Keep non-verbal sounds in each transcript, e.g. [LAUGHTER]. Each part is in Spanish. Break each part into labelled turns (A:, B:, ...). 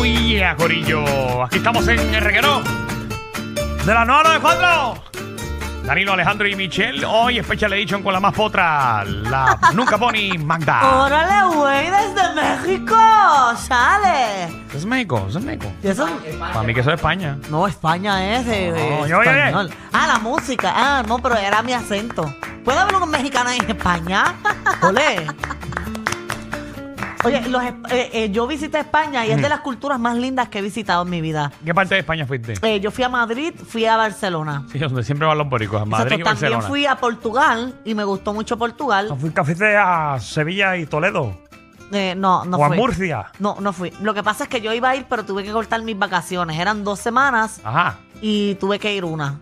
A: Oye, Oh, Corillo. Aquí estamos en el reguero de la 994. Danilo, Alejandro y Michelle. Hoy Special Edition con la más potra, la [LAUGHS] nunca pony Magda.
B: Órale, güey, desde México. Sale.
A: ¿Eso es México? ¿Eso es México?
B: ¿Y eso?
A: Para mí que eso es España.
B: No, España es. eh, eh,
A: oye, oye.
B: español. Ah, la música. Ah, no, pero era mi acento. ¿Puede haber unos mexicanos en España? [LAUGHS] Ole. Oye, los, esp- eh, eh, yo visité España y
A: Mm.
B: es de las culturas más lindas que he visitado en mi vida.
A: ¿Qué parte de España fuiste?
B: Eh, yo fui a Madrid, fui a Barcelona.
A: Sí, [LAUGHS] donde siempre van los boricos, a Madrid y
B: Exacto, también
A: Barcelona. Ah, Oh.
B: fui a Portugal y me gustó mucho Portugal.
A: fui café a Sevilla y Toledo.
B: Eh, no, no
A: o a
B: fui.
A: Murcia.
B: No, no fui. Lo que pasa es que yo iba a ir, pero tuve que cortar mis vacaciones. Eran dos semanas
A: Ajá.
B: y tuve que ir una.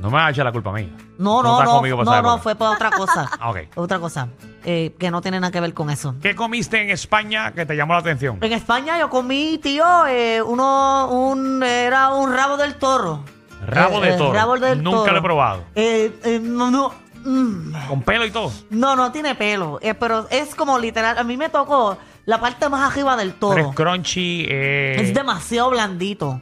A: No me vas a echar la culpa a mí.
B: No,
A: No
B: no,
A: está
B: no.
A: conmigo
B: No,
A: para esa
B: no,
A: época.
B: fue para otra cosa. [LAUGHS]
A: Ah, ok.
B: Otra cosa eh, que no tiene nada que ver con eso.
A: ¿Qué comiste en España que te llamó la atención?
B: En España yo comí, tío, eh, uno, un, era un rabo del toro.
A: Rabo
B: Eh,
A: de
B: eh,
A: toro.
B: rabo del
A: Nunca
B: toro.
A: lo he probado.
B: Eh, eh, no, no. mm.
A: Con pelo y todo.
B: No, no tiene pelo, eh, pero es como literal. A mí me tocó la parte más arriba del toro.
A: Pero es crunchy. eh,
B: Es demasiado blandito.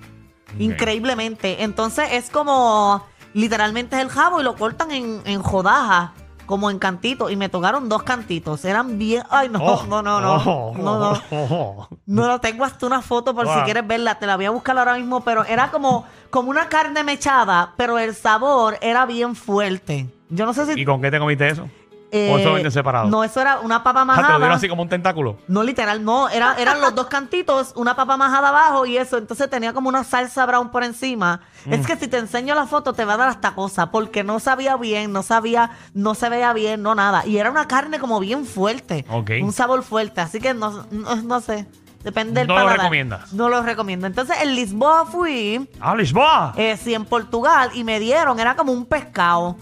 A: Ok.
B: Increíblemente. Entonces es como literalmente es el jabo y lo cortan en, en rodajas, como en cantitos. Y me tocaron dos cantitos. Eran bien. Ay, no,
A: oh,
B: no, no, no.
A: oh,
B: no, no.
A: oh, oh.
B: No, no, tengo hasta una foto por si
A: Ah.
B: quieres verla, te la voy a buscar ahora mismo, pero era como, como una carne mechada, pero el sabor era bien fuerte. Yo no sé si...
A: ¿Y con qué te comiste eso? ¿O eso
B: eh,
A: lo venden separado?
B: No, eso era una papa
A: Ah, te lo dieron
B: majada.
A: así como un tentáculo.
B: No, literal, no. Era, eran
A: [LAUGHS]
B: los dos cantitos, una papa majada abajo y eso. Entonces tenía como una salsa brown por encima.
A: Mm.
B: Es que si te enseño la foto te va a dar hasta cosa, porque no sabía bien, no sabía, no se veía bien, no nada. Y era una carne como bien fuerte.
A: Ok.
B: Un sabor fuerte. Así que no, no, no sé. Depende del
A: No lo
B: paladar.
A: recomiendas.
B: No lo recomiendo. Entonces en Lisboa fui,
A: ¡Ah, Lisboa!
B: eh, sí, en Portugal, y me dieron, era como un pescado.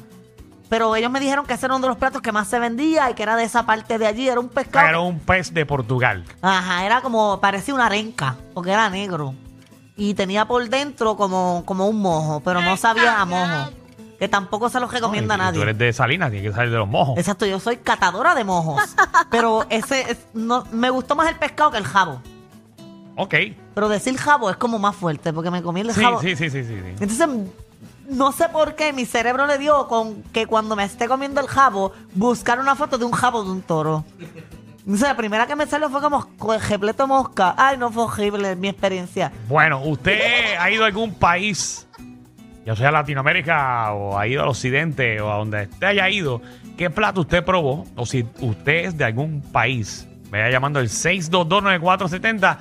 B: Pero ellos me dijeron que ese era uno de los platos que más se vendía y que era de esa parte de allí, era un pescado.
A: Era un pez de Portugal.
B: Ajá, era como, parecía una arenca, porque era negro. Y tenía por dentro como, como un mojo, pero no sabía a mojo. Que tampoco se los recomienda a
A: Ay, Tú
B: nadie.
A: eres de Salinas, tienes que salir de los mojos.
B: Exacto, yo soy catadora de mojos. pero ese es- no, me gustó más el pescado que el jabo.
A: Ok.
B: Pero decir jabo es como más fuerte, porque me comí el
A: Sí,
B: jabo.
A: sí, sí, sí, sí, sí.
B: Entonces, no sé por qué mi cerebro le dio con que cuando me esté comiendo el jabo, buscar una foto de un jabo de un toro. O sea, la primera que me salió fue como co- repleto mosca. Ay, no fue horrible mi experiencia.
A: Bueno, ¿usted ha ido a algún país, ya sea Latinoamérica o ha ido al occidente o a donde usted haya ido? ¿Qué plato usted probó? O si usted es de algún país, me vaya llamando el 6229470,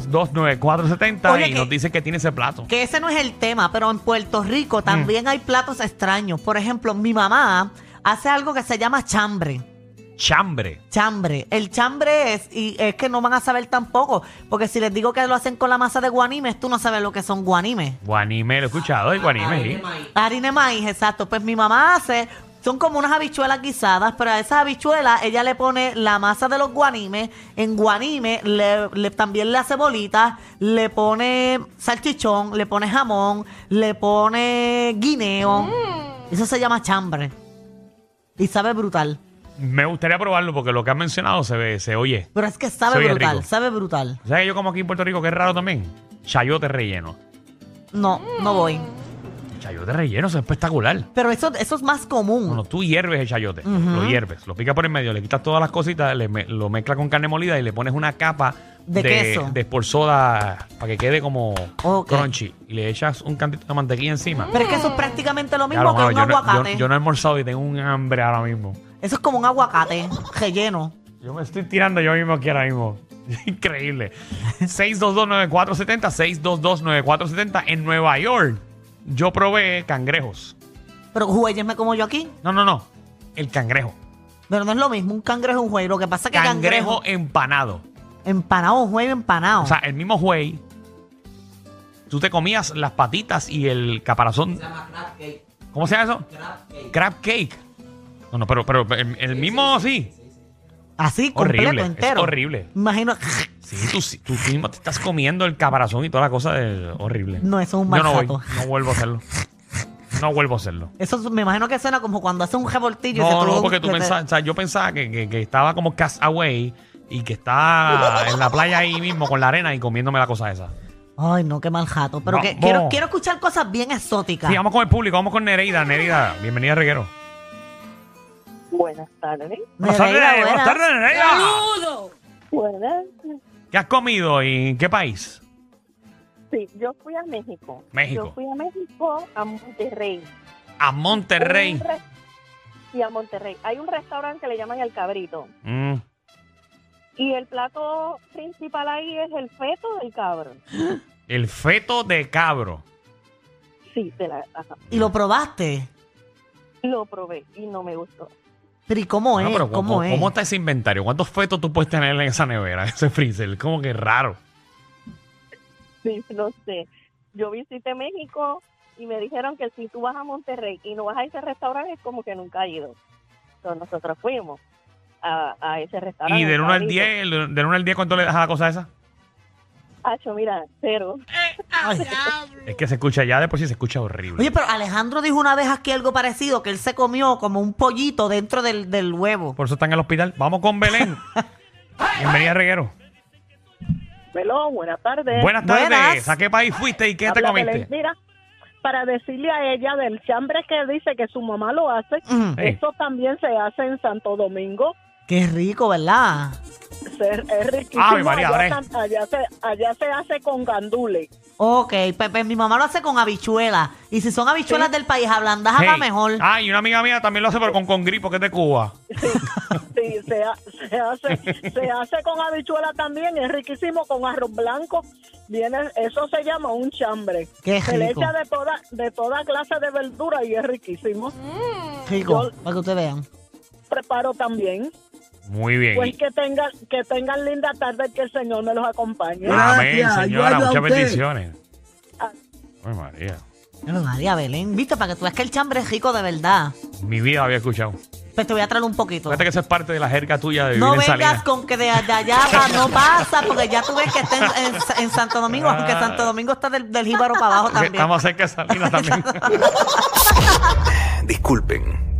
A: 6229470
B: Oye,
A: y
B: que-
A: nos dice que tiene ese plato.
B: Que ese no es el tema, pero en Puerto Rico también hay platos extraños. Por ejemplo, mi mamá hace algo que se llama chambre.
A: Chambre.
B: Chambre. El chambre es, y es que no van a saber tampoco, porque si les digo que lo hacen con la masa de guanimes, tú no sabes lo que son guanimes.
A: Guanime, lo he escuchado, el guanime, sí.
B: Harina de maíz, exacto. Pues mi mamá hace, son como unas habichuelas guisadas, pero a esas habichuelas ella le pone la masa de los guanimes, en guanime le, le- también le hace bolitas, le pone salchichón, le pone jamón, le pone guineo.
A: Mm.
B: Eso se llama chambre. Y sabe brutal.
A: Me gustaría probarlo porque lo que has mencionado se ve, se oye.
B: Pero es que
A: Se
B: sabe
A: oye
B: brutal,
A: rico.
B: sabe brutal.
A: ¿Sabes que yo como aquí en Puerto Rico que es raro también? Chayote relleno.
B: No, no voy.
A: Chayote relleno, eso es espectacular.
B: Pero eso, eso es más común.
A: Cuando tú hierves el chayote, lo-
B: Ujú.
A: lo hierves, lo picas por el medio, le quitas todas las cositas, le me- lo mezclas con carne molida y le pones una capa
B: De queso.
A: de esporzoda para que quede como
B: Ok.
A: crunchy. Y le echas un cantito de mantequilla encima.
B: Pero es que eso es prácticamente lo
A: Ya
B: mismo
A: lo
B: que
A: malo,
B: un
A: yo, no, yo-
B: aguacate.
A: yo no he almorzado y tengo un hambre ahora mismo.
B: Eso es como un aguacate relleno.
A: Yo me estoy tirando yo mismo aquí ahora mismo. [LAUGHS] Increíble. 6229470, 6229470 en Nueva York. Yo probé cangrejos.
B: Pero jueyesme como yo aquí.
A: No, no, no. El cangrejo.
B: Pero no es lo mismo un cangrejo y un juey. Lo que pasa es que
A: Cangrejo
B: cangrejo,
A: empanado.
B: empanado, un juey empanado.
A: O sea, el mismo juey. Tú te comías las patitas y el caparazón. ¿Cómo se llama eso? Crab cake. No, no, pero, pero el, el mismo sí.
B: Así,
A: horrible,
B: completo,
A: es
B: entero.
A: horrible.
B: Imagino.
A: Sí, tú, sí- tú mismo te estás comiendo el caparazón y toda la cosa de- horrible.
B: No, eso es un
A: Yo no voy,
B: maltrato.
A: no vuelvo a hacerlo. No vuelvo a
B: [LAUGHS]
A: hacerlo.
B: Eso es- me imagino que suena como cuando hace un revoltillo y se
A: No,
B: produce
A: no,
B: un-
A: porque tú
B: que te-
A: pensabas, o sea, yo pensaba que, que- que estaba como cast away, y que
B: [LAUGHS]
A: está en la playa ahí mismo con la arena y comiéndome la cosa esa.
B: Ay, no, qué mal jato. Pero que,
A: Vamos.
B: quiero, quiero escuchar cosas bien exóticas.
A: Sí, vamos con el público, vamos con Nereida. Nereida, bienvenida a Reguero.
C: Buenas tardes.
A: Buenas tardes,
B: Nereida,
A: buenas
B: buenas.
A: tardes, Nereida.
C: Buenas.
A: ¿Qué has comido y en qué país?
C: Sí, yo fui a México.
A: México.
C: Yo fui a México, a Monterrey.
A: A Monterrey.
C: Un re- Sí, a Monterrey. Hay un restaurante que le llaman El Cabrito.
B: Uh.
A: Mm.
C: Y el plato principal ahí es el feto del cabro.
A: El feto de cabro.
C: Sí, de la, ajá.
B: ¿Y lo probaste?
C: lo probé y no me gustó. [LAUGHS]
B: Pero ¿y cómo es?
A: Bueno, Ah, pero
B: ¿Cómo, es?
A: ¿Cómo está ese inventario? ¿Cuántos fetos tú puedes tener en esa nevera, [LAUGHS] ese freezer? Como que raro.
C: Sí, no sé. Yo visité México y me dijeron que si tú vas a Monterrey y no vas a ese restaurante es como que nunca ha ido. Entonces nosotros fuimos a, a ese restaurante.
A: y del
C: El
A: 1 al
C: Cabrito.
A: 10, del 1 al 10, ¿cuánto le das a la cosa esa?
C: Acho, mira, cero.
B: Ay.
A: Es que se escucha ya, después sí se escucha horrible.
B: Oye, pero Alejandro dijo una vez aquí algo parecido, que él se comió como un pollito dentro del, del huevo.
A: Por eso están en el hospital. Vamos con
B: [LAUGHS]
A: Belén. bienvenida, Reguero.
C: Belón, buenas tardes.
A: Buenas tardes.
B: Buenas.
A: ¿A qué país fuiste y qué te
C: Habla
A: comiste?
C: Belén. Mira, para decirle a ella del chambre que dice que su mamá lo hace,
B: Mm,
A: Ey.
C: eso también se hace en Santo Domingo.
B: qué rico, ¿verdad?
C: Se- es riquísimo.
A: Ave María,
C: allá,
A: Abre.
C: tam- allá se, allá se hace con gandules.
B: Ok, pues, pues mi mamá lo hace con habichuelas. Y si son habichuelas del país, ablandas
A: Hey.
B: acá mejor.
A: Ah, y una amiga mía también lo hace, pero con, con gripo, que es de Cuba.
C: Sí, se, ha- se hace, se hace con habichuela también, es riquísimo con arroz blanco. Viene, eso se llama un chambre.
B: Qué
C: Se le
B: rico.
C: echa de toda, de toda clase de verdura y es riquísimo.
B: Rico,
C: yo-
B: para que ustedes vean.
C: Preparo también.
A: Muy bien.
C: Pues que tengan, que tengan linda tarde, que el Señor me los acompañe.
A: Amén,
D: Gracias,
A: señora.
D: igual a
A: Muchas
D: usted.
A: bendiciones.
C: Ah.
A: Ay, María.
B: Ave María Belén, viste, para que tú veas que el chambre es rico de verdad.
A: Mi vida había escuchado.
B: Pues te voy a traer un poquito.
A: Fíjate que eso es parte de la jerga tuya de vivir
B: No
A: en
B: vengas
A: Salinas.
B: con que de, de allá pa- no pasa, porque ya tú ves que está en, en- en Santo Domingo, aunque
A: Ah.
B: Santo Domingo está del, del jíbaro para abajo
A: Porque
B: también.
A: Estamos cerca de Salinas también.
B: [LAUGHS]
D: Disculpen.